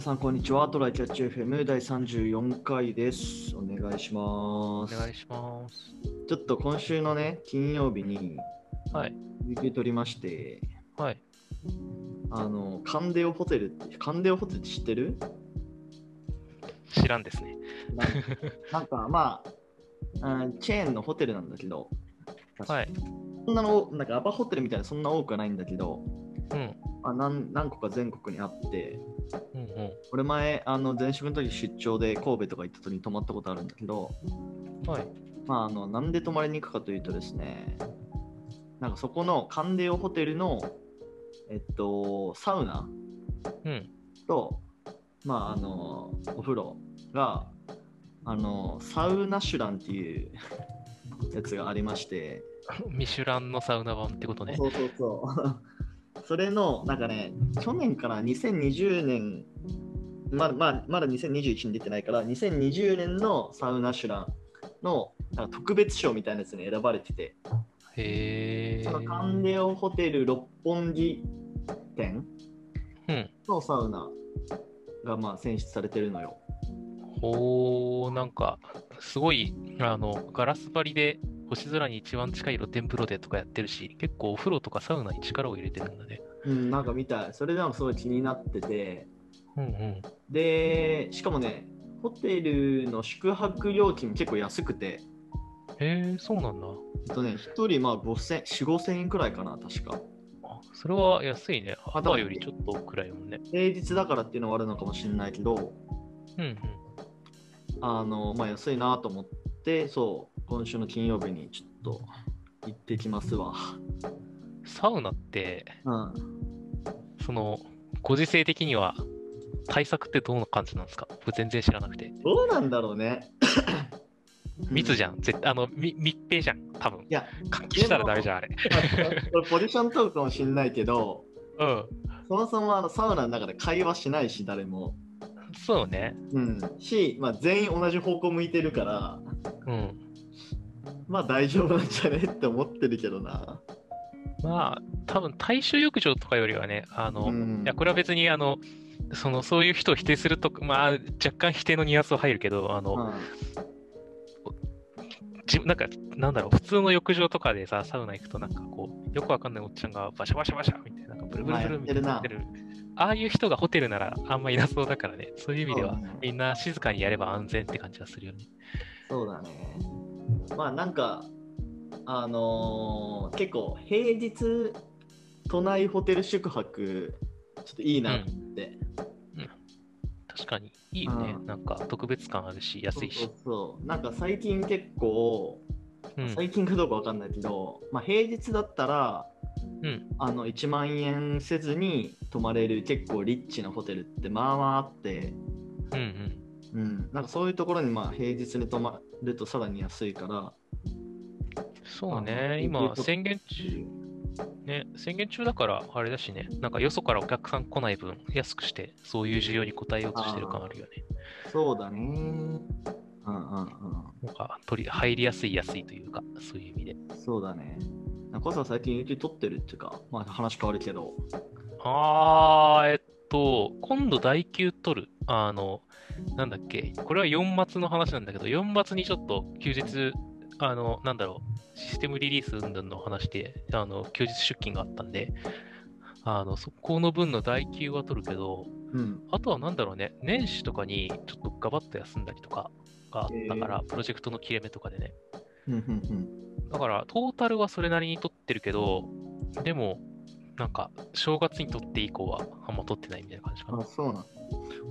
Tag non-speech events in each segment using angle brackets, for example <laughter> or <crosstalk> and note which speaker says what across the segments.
Speaker 1: さん、こんにちは。トライキャッチ FM 第34回です。お願いしま
Speaker 2: お
Speaker 1: す。
Speaker 2: 願いします。
Speaker 1: ちょっと今週のね、金曜日に、
Speaker 2: はい。
Speaker 1: 有給取りまして、
Speaker 2: はい。
Speaker 1: あの、カンデオホテルって、カンデオホテルって知ってる
Speaker 2: 知らんですね。
Speaker 1: なん
Speaker 2: <laughs>
Speaker 1: かなんか、まあ、うんチェーンのホテルなんだけど、
Speaker 2: はい。
Speaker 1: そんなの、なんかアパホテルみたいなそんな多くはないんだけど、
Speaker 2: うん。
Speaker 1: まあ、何何個か全国にあって、
Speaker 2: うん
Speaker 1: 俺前、あの前職の時出張で神戸とか行った時に泊まったことあるんだけど、
Speaker 2: うん。はい。
Speaker 1: まあ、あのなんで泊まりに行くかというとですね、なんかそこのカンデオホテルの、えっと、サウナ
Speaker 2: うん。 <laughs>
Speaker 1: と、まあ、あのお風呂があのサウナシュランっていうやつがありまして、
Speaker 2: ミシュランのサウナ版ってことね。
Speaker 1: そうそう <laughs> そう。それの、なんかね、去年から2020年、まだまあまだ2021に出てないから、2020年のサウナシュランのなんか特別賞みたいなやつに選ばれてて、
Speaker 2: へえ。
Speaker 1: そのカンデオホテル六本木店
Speaker 2: うん。
Speaker 1: のサウナがまあ選出されてるのよ。
Speaker 2: ほー、なんか、すごい、あの、ガラス張りで、星空に一番近い露天風呂でとかやってるし、結構お風呂とかサウナに力を入れてるんだね。
Speaker 1: うん、なんか見たい。それでもすごい気になってて。
Speaker 2: うんうん。
Speaker 1: で、しかもね、ホテルの宿泊料金結構安くて、
Speaker 2: へえ、そうなんだ。
Speaker 1: えっとね、1人まあ5000、4、5000円くらいかな、確か。
Speaker 2: あそれは安いね。ハワイよりちょっとくらいもんね。
Speaker 1: 平日だからっていうのはあるのかもしれないけど、
Speaker 2: うんうん。
Speaker 1: あの、まあ安いなと思って、そう、今週の金曜日にちょっと行ってきますわ。
Speaker 2: サウナって、
Speaker 1: うん。
Speaker 2: その、ご時世的には、対策ってどんな感じなんですか僕全然知らなくて。
Speaker 1: どうなんだろうね。
Speaker 2: <laughs> 密じ
Speaker 1: ゃん。い
Speaker 2: ゃん。絶対あの、み密閉じゃん。多分。
Speaker 1: や、
Speaker 2: 換気したらダメじゃん、あれ。
Speaker 1: <laughs> まあこれポジション取るかもしれないけど、
Speaker 2: うん。
Speaker 1: そもそもあのサウナの中で会話しないし、誰も。
Speaker 2: そうね。
Speaker 1: うん。し、まあ、全員同じ方向向いてるから、
Speaker 2: うん。
Speaker 1: まあ大丈夫なんじゃねって思ってるけどな。
Speaker 2: まあ、多分大衆浴場とかよりはね、あの、
Speaker 1: うん
Speaker 2: いや、これは別に、あの、その、そういう人を否定するとか、まあ、若干否定のニュアンスは入るけど、あ
Speaker 1: う
Speaker 2: の、
Speaker 1: ん
Speaker 2: じなんか、なんだろう、普通の浴場とかでさ、サウナ行くと、なんかこう、よくわかんないおっちゃんがバシャバシャバシャみたいな、なんかブルブルブルみたいな
Speaker 1: まあやって
Speaker 2: やってるああいう人がホテルならあんまいなそうだからね、そういう意味では、
Speaker 1: そうね
Speaker 2: みんな静かにやれば安全って感じはするよね。
Speaker 1: そうだね。まあなんか、あのー結構平日、都内ホテル宿泊、ちょっといいなって。
Speaker 2: 確かに、いいよね
Speaker 1: う。ん
Speaker 2: なんか、特別感あるし、安
Speaker 1: そ
Speaker 2: い
Speaker 1: う
Speaker 2: し
Speaker 1: そう。そう。なんか最近結構、
Speaker 2: うん
Speaker 1: 最近かどうかわかんないけど、まあ、平日だったら
Speaker 2: うん。
Speaker 1: あの1万円せずに泊まれる結構リッチなホテルってまあまああって、
Speaker 2: うんうん。
Speaker 1: うん、なんかそういうところにまあ平日に泊まるとさらに安いから
Speaker 2: そう
Speaker 1: あ
Speaker 2: ね、
Speaker 1: そういうこ
Speaker 2: 今、
Speaker 1: と
Speaker 2: 宣言中、ね、宣言中だから、あれだしね、なんかよそからお客さん来ない分、安くして、そういう需要に応えようとしてる感あるよね。
Speaker 1: そうだねうんうんうん
Speaker 2: なんか、取り入りやすい、安いというか、そういう意味で。
Speaker 1: そうだねコスは最近有給取ってるっていうか、まあ、話変わるけど
Speaker 2: あー、えっと、今度、代休取る。あの、なんだっけ、これは4末の話なんだけど、4末にちょっと休日、あの、なんだろう、システムリリース云々の話で、あの、休日出勤があったんで、あの、そこの分の代休は取るけど、
Speaker 1: うん
Speaker 2: あとはなんだろうね、年始とかにちょっとガバッと休んだりとかがあったから、プロジェクトの切れ目とかでね。
Speaker 1: うんうん
Speaker 2: だから、トータルはそれなりに取ってるけど、でも、なんか、正月に取って以降はあんま取ってないみたいな感じか
Speaker 1: うんあ
Speaker 2: な。
Speaker 1: そうなの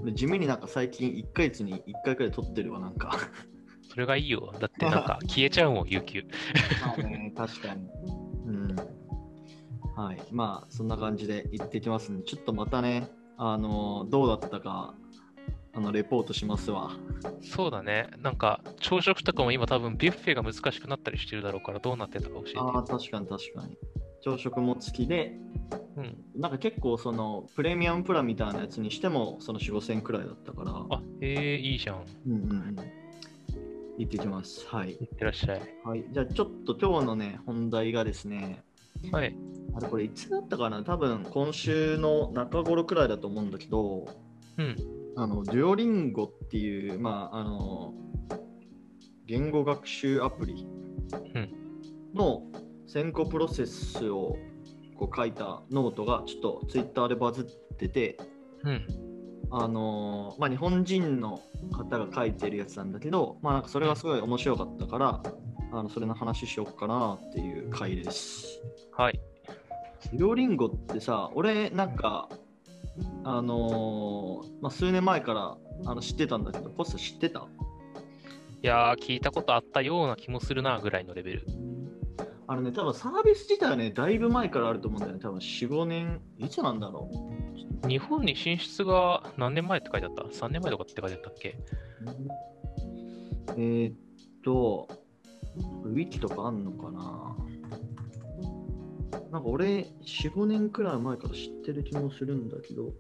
Speaker 1: 俺地味になんか最近1ヶ月に1回くらい取ってるわなんか
Speaker 2: それがいいよ。だって <laughs> なんか、消えちゃうもん、有給。
Speaker 1: まあね、確かに。うん。はい。まあ、そんな感じで行ってきますんで、ちょっとまたね、あの、どうだったか、あの、レポートしますわ。
Speaker 2: そうだね。なんか、朝食とかも今多分ビュッフェが難しくなったりしてるだろうから、どうなってたか教えて。
Speaker 1: ああ、確かに確かに。朝食も付きで、
Speaker 2: うん。
Speaker 1: なんか結構その、プレミアムプランみたいなやつにしても、その4、5000円くらいだったから、
Speaker 2: あ、へえ、いいじゃん。
Speaker 1: うんうんうん。行ってきます。はい。
Speaker 2: いってらっしゃい。
Speaker 1: はい。じゃあ、ちょっと今日のね、本題がですね、
Speaker 2: はい。
Speaker 1: あれこれいつだったかな多分今週の中頃くらいだと思うんだけど、
Speaker 2: うん。
Speaker 1: あの、デュオリンゴっていう、まあ、あの、言語学習アプリ
Speaker 2: うん
Speaker 1: の選考プロセスをこう書いたノートがちょっとツイッターでバズってて、
Speaker 2: うん。
Speaker 1: あのーまあ、日本人の方が書いてるやつなんだけど、まあ、なんかそれがすごい面白かったからあのそれの話しよっかなっていう回です。
Speaker 2: はい。
Speaker 1: デュオリンゴってさ俺なんかあのーまあ、数年前からあの知ってたんだけどポスト知ってた
Speaker 2: いやー、聞いたことあったような気もするなぐらいのレベル。
Speaker 1: あのね多分サービス自体はねだいぶ前からあると思うんだよね多分45年いつなんだろう
Speaker 2: 日本に進出が何年前って書いてあった ?3 年前とかって書いてあったっけ
Speaker 1: えーっと、ウィキとかあんのかななんか俺、4、5年くらい前から知ってる気もするんだけど、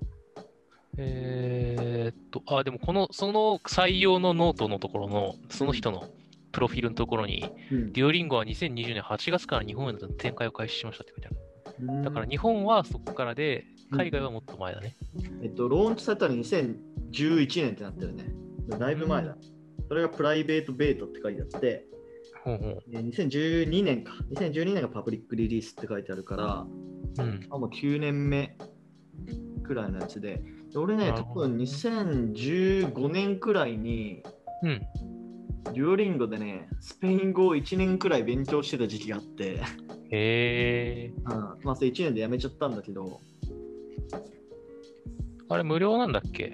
Speaker 2: えーっと、あ、でもこの、その採用のノートのところの、その人のプロフィールのところに、
Speaker 1: うん
Speaker 2: デュオリンゴは2020年8月から日本への展開を開始しましたって書いてある。だから日本はそこからで、海外はもっと前だね。
Speaker 1: えっと、ローンチされたの2011年ってなってるね。だいぶ前だ。それがプライベートベートって書いてあって、
Speaker 2: ほうほ
Speaker 1: で2012年か。2012年がパブリックリリースって書いてあるから、
Speaker 2: う。うん。
Speaker 1: あもう9年目くらいのやつで、で俺ね、
Speaker 2: なる
Speaker 1: 多
Speaker 2: ほど
Speaker 1: 分2015年くらいに、
Speaker 2: うん。
Speaker 1: デュオリンゴでね、スペイン語を1年くらい勉強してた時期があって、うん、
Speaker 2: へえ。
Speaker 1: <laughs> まあそれ1年でやめちゃったんだけど、
Speaker 2: あれ無料なんだっけ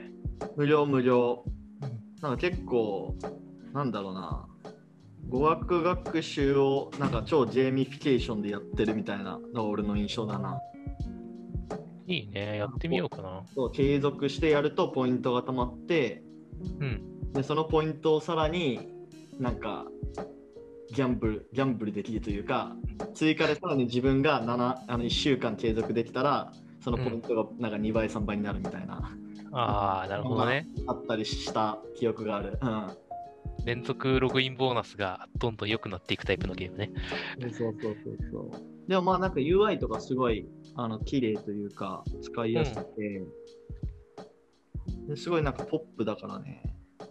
Speaker 1: 無料無料。なんか結構、なんだろうな、語学学習をなんか超ジェミフィケーションでやってるみたいなのが俺の印象だな。
Speaker 2: いいね。やってみようかな。
Speaker 1: そう継続してやるとポイントがたまって、
Speaker 2: うん。
Speaker 1: でそのポイントをさらになんかギャンブルギャンブルできるというか追加でさらに自分が7あの1週間継続できたらそのポイントがなんか2倍3倍になるみたいな、
Speaker 2: ああ、なるほどね。
Speaker 1: あったりした記憶がある、う
Speaker 2: 連続ログインボーナスがどんどん良くなっていくタイプのゲームね。
Speaker 1: ん、そうそうそうそうでもまあなんか UI とかすごいあの綺麗というか使いやすくて、ですごいなんかポップだからね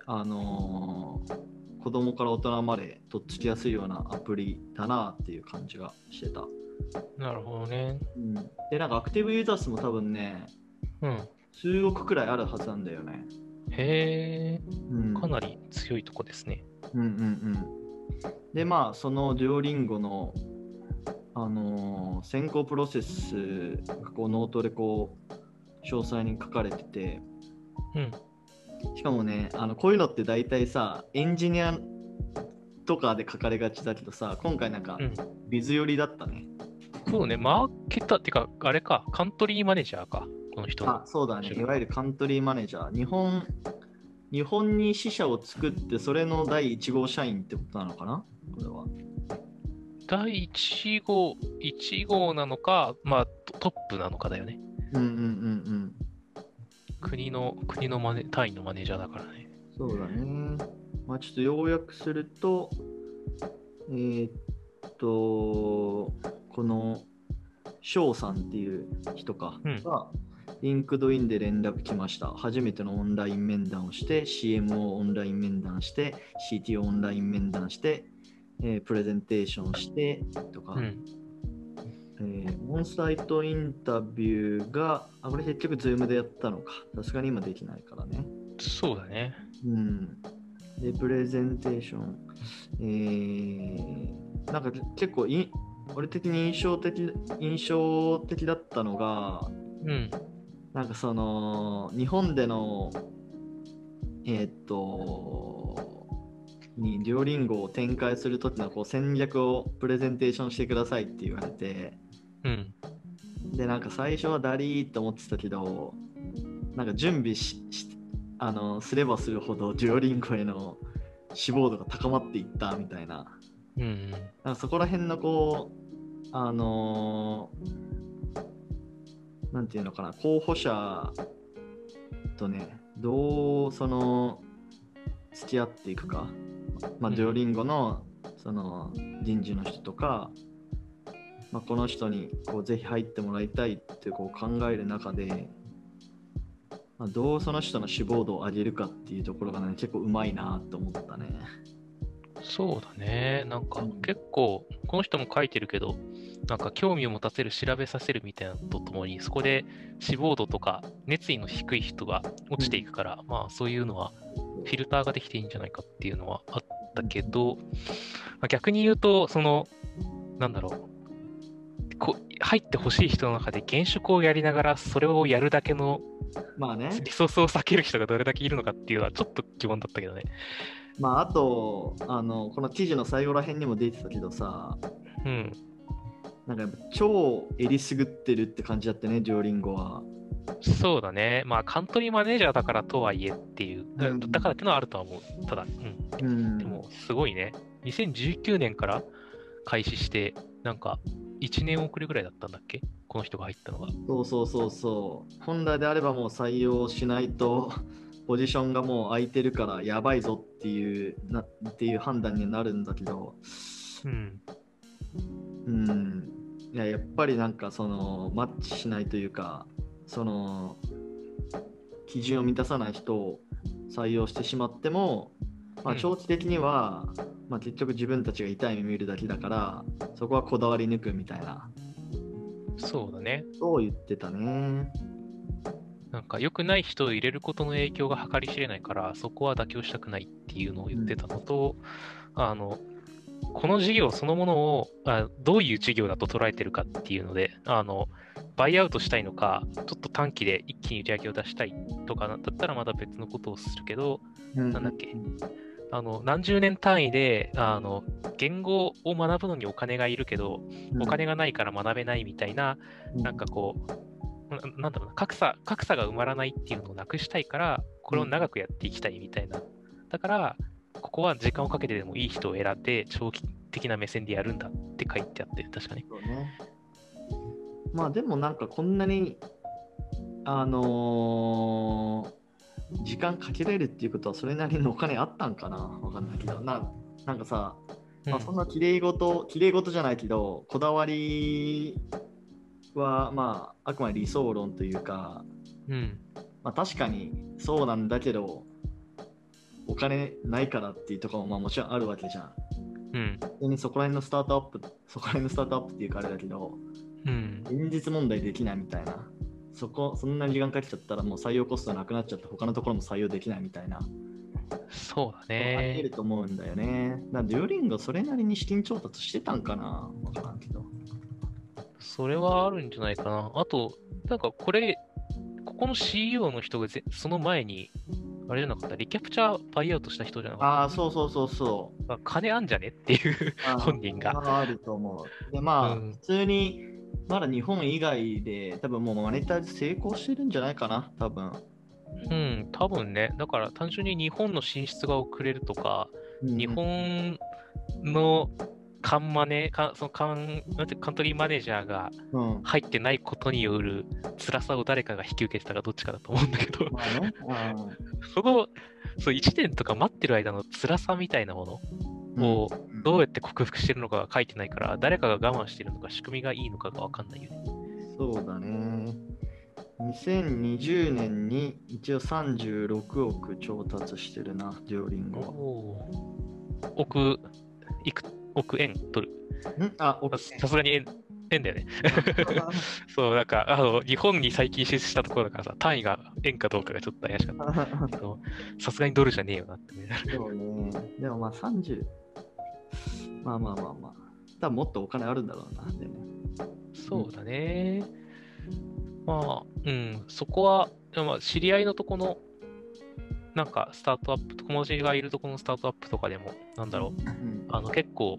Speaker 1: あのー子供から大人までとっつきやすいようなアプリだなっていう感じがしてた、
Speaker 2: なるほどね。
Speaker 1: うん、でなんかアクティブユーザー数も多分ね
Speaker 2: うん。
Speaker 1: 数億くらいあるはずなんだよね、
Speaker 2: へ
Speaker 1: うん、
Speaker 2: え。かなり強いとこですね。
Speaker 1: うんうんうん。で、まあ、そのデュオリンゴの、あのー選考プロセスがこうノートでこう詳細に書かれてて、
Speaker 2: うん。
Speaker 1: しかもね、あのこういうのって大体さ、エンジニアとかで書かれがちだけどさ、今回なんか
Speaker 2: うん、
Speaker 1: ビズ寄りだったね。
Speaker 2: そうね。マーケターってか、あれか、カントリーマネージャーか。この人
Speaker 1: あ
Speaker 2: の。
Speaker 1: そうだね、
Speaker 2: 面白い
Speaker 1: いわゆるカントリーマネージャー。日本日本に支社を作って、それの第1号社員ってことなのかなこれは。
Speaker 2: 第1号、1号なのか、まあトトップなのかだよね。
Speaker 1: うんうんうんうん。
Speaker 2: 国の、国のマネ、単位のマネージャーだからね。
Speaker 1: そうだね。まあちょっと要約すると、えーっと、この翔さんっていう人か
Speaker 2: うん
Speaker 1: が、リンクドインで連絡来ました。初めてのオンライン面談をして、CM をオンライン面談して、CT をオンライン面談して、えープレゼンテーションしてとか、
Speaker 2: うん。
Speaker 1: えーオンサイトインタビューが、あ、これ結局 Zoom でやったのか。さすがに今できないからね。
Speaker 2: そうだね。
Speaker 1: うん。で、プレゼンテーション。えー、なんか結構い、俺的に印象的、印象的だったのが、
Speaker 2: うん。
Speaker 1: なんかその、日本での、えーっと、にデュオリンゴを展開するときのこう戦略をプレゼンテーションしてくださいって言われて、
Speaker 2: うん。
Speaker 1: でなんか最初はダリーって思ってたけどなんか準備ししあのすればするほどデュオリンゴへの志望度が高まっていったみたいな
Speaker 2: うん。
Speaker 1: なんかそこら辺のこうあのーなんていうのかな候補者とねどうその付き合っていくか、まあ、
Speaker 2: うん
Speaker 1: デュオリンゴのその人事の人とか、まあ、この人にこうぜひ入ってもらいたいってこう考える中でまあ、どうその人の志望度を上げるかっていうところがね、結構うまいなと思ったね。
Speaker 2: そうだね。なんか
Speaker 1: うん
Speaker 2: 結構、この人も書いてるけど、なんか興味を持たせる、調べさせるみたいなのとともに、そこで志望度とか熱意の低い人が落ちていくから、まあそういうのはフィルターができていいんじゃないかっていうのはあったけど、まあ逆に言うと、その、なんだろう、こ入ってほしい人の中で現職をやりながら、それをやるだけの
Speaker 1: まあね、
Speaker 2: リソースを避ける人がどれだけいるのかっていうのは、ちょっと疑問だったけどね。
Speaker 1: まああと、あの、この記事の最後ら辺にも出てたけどさ、
Speaker 2: うん。
Speaker 1: なんかやっぱ超えりすぐってるって感じだったね、ジョーリンゴは。
Speaker 2: そうだね。まあ、カントリーマネージャーだからとはいえっていう、だ
Speaker 1: うん
Speaker 2: だからってのはあるとは思う。ただ、うん。
Speaker 1: うん。
Speaker 2: でも、すごいね。2019年から開始して、なんか、1年遅れぐらいだったんだっけこの人が入ったのが。
Speaker 1: そうそうそうそう。本来であればもう採用しないと、 <laughs> ポジションがもう空いてるからやばいぞっていうなっていう判断になるんだけど、
Speaker 2: うん。
Speaker 1: うん、いややっぱりなんかそのマッチしないというか、その基準を満たさない人を採用してしまっても、まあ、
Speaker 2: うん
Speaker 1: 長期的には、まあ、結局自分たちが痛い目見るだけだから、そこはこだわり抜くみたいな、
Speaker 2: そうだね。
Speaker 1: そう言ってたね。
Speaker 2: なんか、良くない人を入れることの影響が計り知れないから、そこは妥協したくないっていうのを言ってたのと、あの、この事業そのものをあどういう事業だと捉えてるかっていうので、あの、バイアウトしたいのか、ちょっと短期で一気に売り上げを出したいとかだったらまた別のことをするけど、
Speaker 1: なん
Speaker 2: だっけあの、何十年単位で、あの、言語を学ぶのにお金がいるけど、お金
Speaker 1: が、
Speaker 2: がないから学べないみたいな、なんかこう、ななんだろうな格差、格差が埋まらないっていうのをなくしたいから、これを長くやっていきたいみたいな。だから、ここは時間をかけてでもいい人を選んで、長期的な目線でやるんだって書いてあって、確かに。
Speaker 1: そうね。まあでもなんかこんなに、あのー時間かけられるっていうことはそれなりのお金あったんかなわかんないけど、ななんかさ、まあ、そんなきれいごと、きれいごとじゃないけど、こだわりはまああくまで理想論というか、
Speaker 2: うん。
Speaker 1: まあ、確かにそうなんだけど、お金ないからっていうところもまあもちろんあるわけじゃん。
Speaker 2: うん。
Speaker 1: 普通にそこら辺のスタートアップ、そこら辺のスタートアップっていうかあれだけど、
Speaker 2: うん。
Speaker 1: 現実問題できないみたいなそこそんなに時間かけちゃったらもう採用コストなくなっちゃって他のところも採用できないみたいな、
Speaker 2: そうだ
Speaker 1: ありえ
Speaker 2: ね
Speaker 1: る。と思うんだよねなんでデュオリンゴそれなりに資金調達してたんかなわからんけど
Speaker 2: それはあるんじゃないかな。あと、なんかこれ、ここの CEO の人がぜその前に、あれじゃなかった、リキャプチャーバイアウトした人じゃなかっ
Speaker 1: ああそうそうそうそう
Speaker 2: た。あ金あんじゃねっていう
Speaker 1: あー
Speaker 2: 本人が。
Speaker 1: あると思うでまあ、
Speaker 2: うん
Speaker 1: 普通にまだ日本以外で多分もうマネタイズ成功してるんじゃないかな多分、
Speaker 2: うん、多分ね、だから単純に日本の進出が遅れるとか、
Speaker 1: うん
Speaker 2: 日本のカンマネ、カンそのカンなんていうカントリーマネージャーが
Speaker 1: うん
Speaker 2: 入ってないことによる辛さを誰かが引き受けてたかどっちかだと思うんだけど、 <laughs>
Speaker 1: まあね、うん
Speaker 2: そのそう1年とか待ってる間の辛さみたいなも
Speaker 1: うん
Speaker 2: のをどうやって克服してるのかが書いてないから、誰かが我慢してるのか、仕組みがいいのかが分かんないよね。
Speaker 1: そうだね。2020年に一応36億調達してるな、デュオリンゴ
Speaker 2: 億、いく億円取る。
Speaker 1: は。んあ、億
Speaker 2: ささすがに円円だよね。
Speaker 1: <laughs>
Speaker 2: そう、なんか、あの、日本に最近進出したところだからさ、単位が円かどうかがちょっと怪しかったけど、さすがにドルじゃねえよなってね。
Speaker 1: そうね。でもまあ30。まあまあまあまあ。多分もっとお金あるんだろうな、でも。
Speaker 2: そうだね。まあ、うん、そこは、でもまあ、知り合いのとこの、なんか、スタートアップ、友達がいるとこのスタートアップとかでも、なんだろう、
Speaker 1: うん
Speaker 2: あの、結構、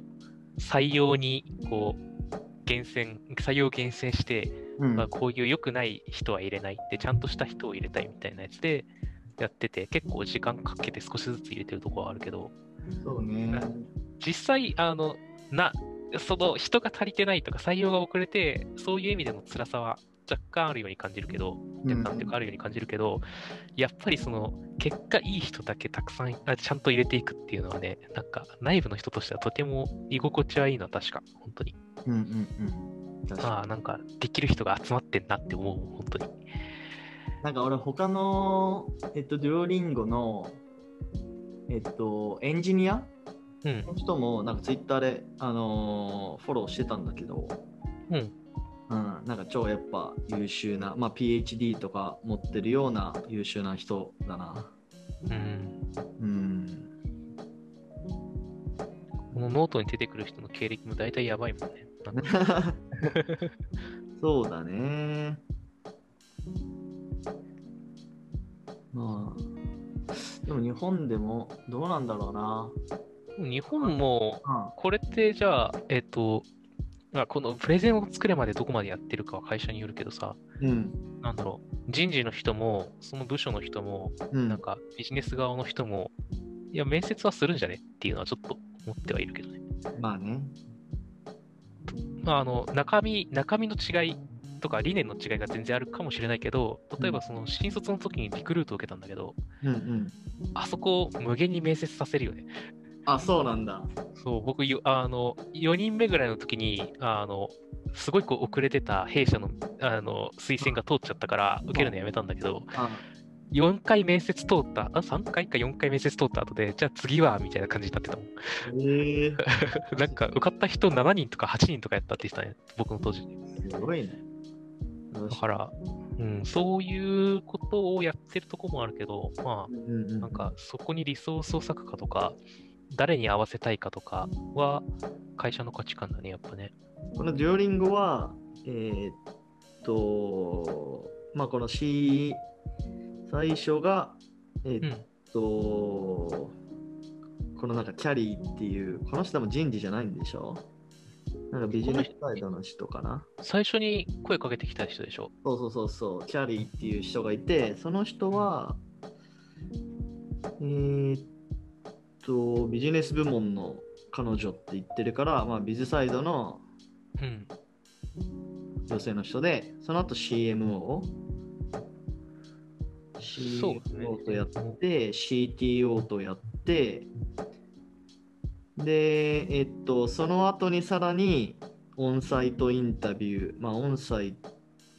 Speaker 2: 採用に、こう、厳選、採用を厳選して、
Speaker 1: うん
Speaker 2: まあ、こういう良くない人は入れないって、ちゃんとした人を入れたいみたいなやつでやってて、結構時間かけて少しずつ入れてるところはあるけど、
Speaker 1: そうね。
Speaker 2: 実際、あの、な、その人が足りてないとか採用が遅れて、そういう意味での辛さは若干あるように感じるけど、
Speaker 1: うん
Speaker 2: なんていうかあるように感じるけど、やっぱりその、結果いい人だけたくさんあちゃんと入れていくっていうのはね、なんか内部の人としてはとても居心地はいいのは確か、本当に。
Speaker 1: うんうんうん。確か
Speaker 2: ああ、なんかできる人が集まってんなって思う、本当に。
Speaker 1: なんか俺他の、えっと、デュオリンゴの、えっと、エンジニア
Speaker 2: うん。
Speaker 1: の人もなんかツイッターで、あのーフォローしてたんだけど、
Speaker 2: うん
Speaker 1: うんなんか超やっぱ優秀な、まあ、PhD とか持ってるような優秀な人だな。
Speaker 2: うん。
Speaker 1: <laughs> うん、
Speaker 2: このノートに出てくる人の経歴も大体やばいもんね。なんか
Speaker 1: そうだね。まあ、でも日本でもどうなんだろうな。
Speaker 2: 日本も、
Speaker 1: うん
Speaker 2: これってじゃあ、えっ、と、まあ、このプレゼンを作るまでどこまでやってるかは会社によるけどさ、
Speaker 1: うん。
Speaker 2: なんだろう、人事の人も、その部署の人も、
Speaker 1: うん。
Speaker 2: なんかビジネス側の人も、いや、面接はするんじゃねっていうのはちょっと思ってはいるけどね。
Speaker 1: まあね。
Speaker 2: まあ、あの中身中身の違いとか理念の違いが全然あるかもしれないけど、例えばその新卒の時にリクルートを受けたんだけど、
Speaker 1: うんうん。
Speaker 2: あそこを無限に面接させるよね。
Speaker 1: あ、そうなんだ。
Speaker 2: そう僕よあの4人目ぐらいの時にあのすごいこう遅れてた弊社のあの推薦が通っちゃったから受けるのやめたんだけど
Speaker 1: あ
Speaker 2: 4回面接通ったあ3回か4回面接通った後でじゃあ次はみたいな感じになってたもん <laughs>
Speaker 1: へえ
Speaker 2: なんか受かった人7人とか8人とかやったって言ってたね僕の当時
Speaker 1: すごいね。
Speaker 2: だから、うん、そういうことをやってるとこもあるけどま
Speaker 1: うんうんうん
Speaker 2: あなんかそこにリソースを割くかとか誰に合わせたいかとかは会社の価値観だねやっぱね
Speaker 1: このデュオリンゴは、えーっと、まあこの C、最初が、え
Speaker 2: う
Speaker 1: ーっ
Speaker 2: ん
Speaker 1: と、このなんかキャリーっていう、この人も人事じゃないんでしょなんかビジネスサイドの人かな
Speaker 2: 最初に声かけてきた人でしょ。
Speaker 1: そうそうそうそう、キャリーっていう人がいて、その人は、えーっと、ビジネス部門の彼女って言ってるから、まあ、ビズサイドの
Speaker 2: うん。
Speaker 1: 女性の人で、その後 CMO。
Speaker 2: そうですね
Speaker 1: CMO とやって、CTO とやって、で、えっと、その後にさらに、オンサイトインタビュー、まあ、オンサイ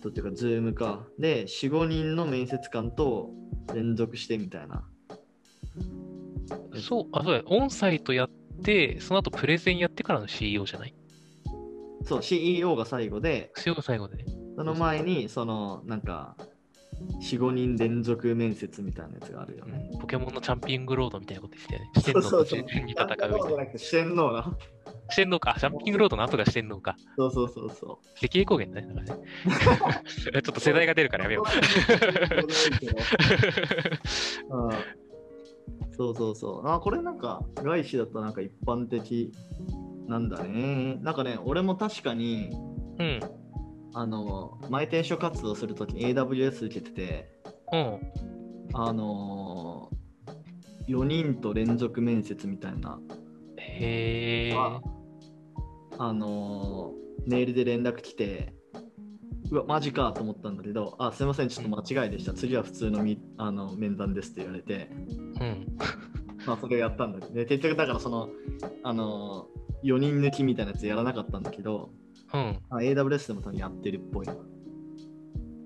Speaker 1: トっていうか、ズームか。で、4、5人の面接官と連続してみたいな。
Speaker 2: そう、あ、そうだよ、オンサイトやって、その後プレゼンやってからの CEO じゃない
Speaker 1: そう、CEO が最後で、
Speaker 2: 最後最後でね。
Speaker 1: その前に、その、なんか、4、5人連続面接みたいなやつがあるよ
Speaker 2: う
Speaker 1: ね。
Speaker 2: んポケモンのチャンピングロードみたいなこと言ってたよね。四天王
Speaker 1: そう
Speaker 2: と
Speaker 1: そう
Speaker 2: 順々に戦うみたい
Speaker 1: じゃ
Speaker 2: <laughs> な。
Speaker 1: なくて四天王な。
Speaker 2: 四天王か、チャンピングロードの後が四天王か。
Speaker 1: そうそうそうそ
Speaker 2: 石英高原だね。だからね <laughs> ちょっと世代が出るからやめよう。
Speaker 1: う。うん <laughs> そうそうそう。あ、これなんか、外資だとなんか一般的なんだね。なんかね、俺も確かに、
Speaker 2: <laughs> うん。
Speaker 1: あの、前転職活動するとき AWS 受けてて、
Speaker 2: うん。
Speaker 1: あのー、4人と連続面接みたいな、
Speaker 2: へえ。
Speaker 1: ああのー、メールで連絡来て、うわ、マジかと思ったんだけど、あ、すいません、ちょっと間違いでした。次は普通のみあの面談ですって言われて、
Speaker 2: うん。
Speaker 1: まあ、それをやったんだけど、ね、結局だからその、あのー、4人抜きみたいなやつやらなかったんだけど、
Speaker 2: うん。
Speaker 1: あ AWS でも多分やってるっぽいな。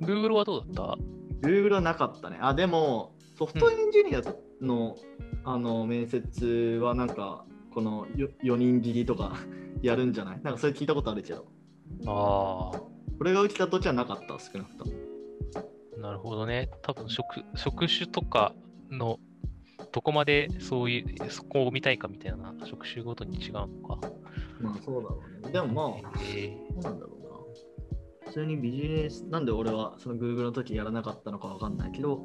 Speaker 2: Google はどうだった
Speaker 1: Google はなかったね。あ、でも、ソフトエンジニアの,、あの面接はなんか、このよ4人切りとか <laughs> やるんじゃないなんかそれ聞いたことあるけど、
Speaker 2: ああ。
Speaker 1: これが起きた時はなかった、少なくとも。
Speaker 2: なるほどね。多分職職種とかのどこまでそういう、そこを見たいかみたいな職種ごとに違うのか。
Speaker 1: まあそうだろうね。でもまあ、
Speaker 2: え
Speaker 1: どうなんだろうな。普通にビジネス、なんで俺はその Google の時やらなかったのかわかんないけど、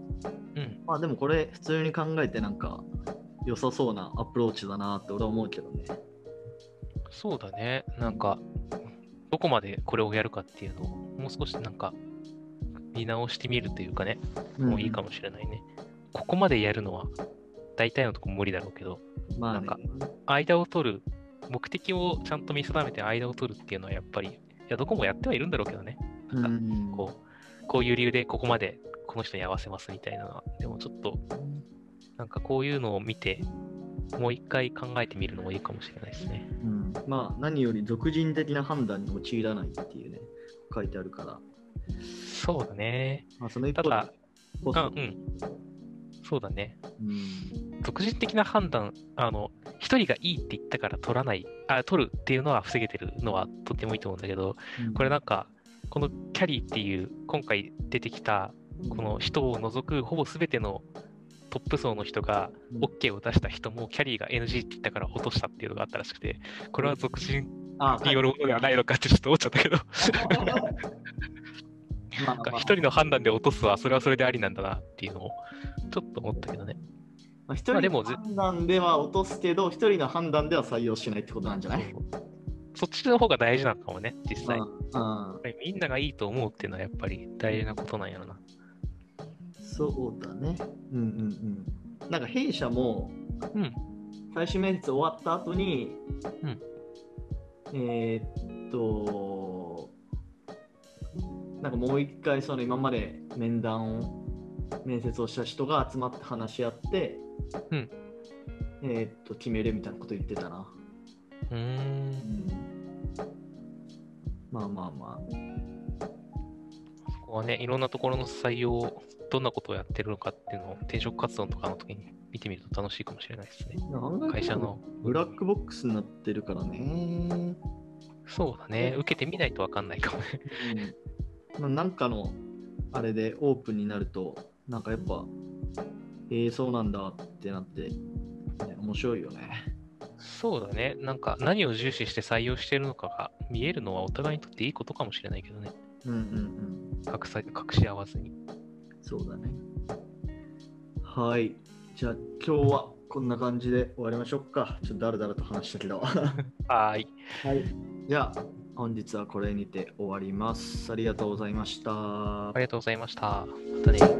Speaker 2: うん
Speaker 1: まあでもこれ普通に考えてなんか良さそうなアプローチだなって俺は思うけどね。
Speaker 2: ーそうだね。なんか、どこまでこれをやるかっていうのを、もう少しなんか、見直してみるというかね、もういいか
Speaker 1: も。
Speaker 2: もしれないね。ここまでやるのは、大体のとこ無理だろうけど、
Speaker 1: まあ、ね、
Speaker 2: なん間を取る、目的をちゃんと見定めて間を取るっていうのはやっぱり、いや、どこもやってはいるんだろうけどね。
Speaker 1: うん
Speaker 2: な
Speaker 1: うん
Speaker 2: こう、こういう理由でここまでこの人に合わせますみたいなのは、でもちょっと、なんかこういうのを見て、もう一回考えてみるのもいいかもしれないですね。
Speaker 1: うん、まあ何より俗人的な判断に陥らないっていうね書いてあるから、
Speaker 2: そうだね。
Speaker 1: まあ、その一
Speaker 2: た
Speaker 1: 方で
Speaker 2: だ、
Speaker 1: そうそ
Speaker 2: あ
Speaker 1: う
Speaker 2: うん。そうだね。
Speaker 1: うん
Speaker 2: 独自的な判断、あの、一人がいいって言ったから取らない、あ、取るっていうのは防げてるのはとてもいいと思うんだけど、これなんか、このキャリーっていう、今回出てきた、この人を除くほぼ全てのトップ層の人が
Speaker 1: うん
Speaker 2: OK を出した人もキャリーが NG って言ったから落としたっていうのがあったらしくて、これは属人
Speaker 1: あ
Speaker 2: によるものではないのかってちょっと思っちゃったけど、
Speaker 1: まあ
Speaker 2: なんか
Speaker 1: まあ
Speaker 2: 一人の判断で落とすはそれはそれでありなんだなっていうのをちょっと思ったけどね。
Speaker 1: まあ一
Speaker 2: ま
Speaker 1: 人
Speaker 2: あでも
Speaker 1: の判断では落とすけど、一人の判断では採用しないってことなんじゃない
Speaker 2: そっちの方が大事なのかもね、実際。やっ
Speaker 1: うんうん
Speaker 2: ぱりみんながいいと思うっていうのはやっぱり大事なことなんやろな。
Speaker 1: そうだね。うんうんうん。なんか弊社も
Speaker 2: うん。
Speaker 1: 最終面接終わった後に、
Speaker 2: うん
Speaker 1: えーっと、なんかもう一回その今まで面談を面接をした人が集まって話し合って、
Speaker 2: うん
Speaker 1: えーっと決めるみたいなこと言ってたな。
Speaker 2: うーん。
Speaker 1: まあまあまあ。
Speaker 2: そこはね、いろんなところの採用を、どんなことをやってるのかっていうのを転職活動とかの時に見てみると楽しいかもしれないですね。
Speaker 1: 案外
Speaker 2: 会社の。
Speaker 1: ブラックボックスになってるからね。
Speaker 2: そうだね。受けてみないとわかんないかも <laughs> ね。
Speaker 1: まあなんかのあれでオープンになると、なんかやっぱ、ええそうなんだってなって、ね、面白いよね。
Speaker 2: そうだね。なんか何を重視して採用してるのかが見えるのはお互いにとっていいことかもしれないけどね。
Speaker 1: うんうんうん。
Speaker 2: 隠さ隠し合わずに。
Speaker 1: そうだね。はい。じゃあ今日はこんな感じで終わりましょうか。ちょっとだらだらと話したけど。は
Speaker 2: はーい。
Speaker 1: い。じゃあ本日はこれにて終わります。ありがとうございました。
Speaker 2: ありがとうございました。またね。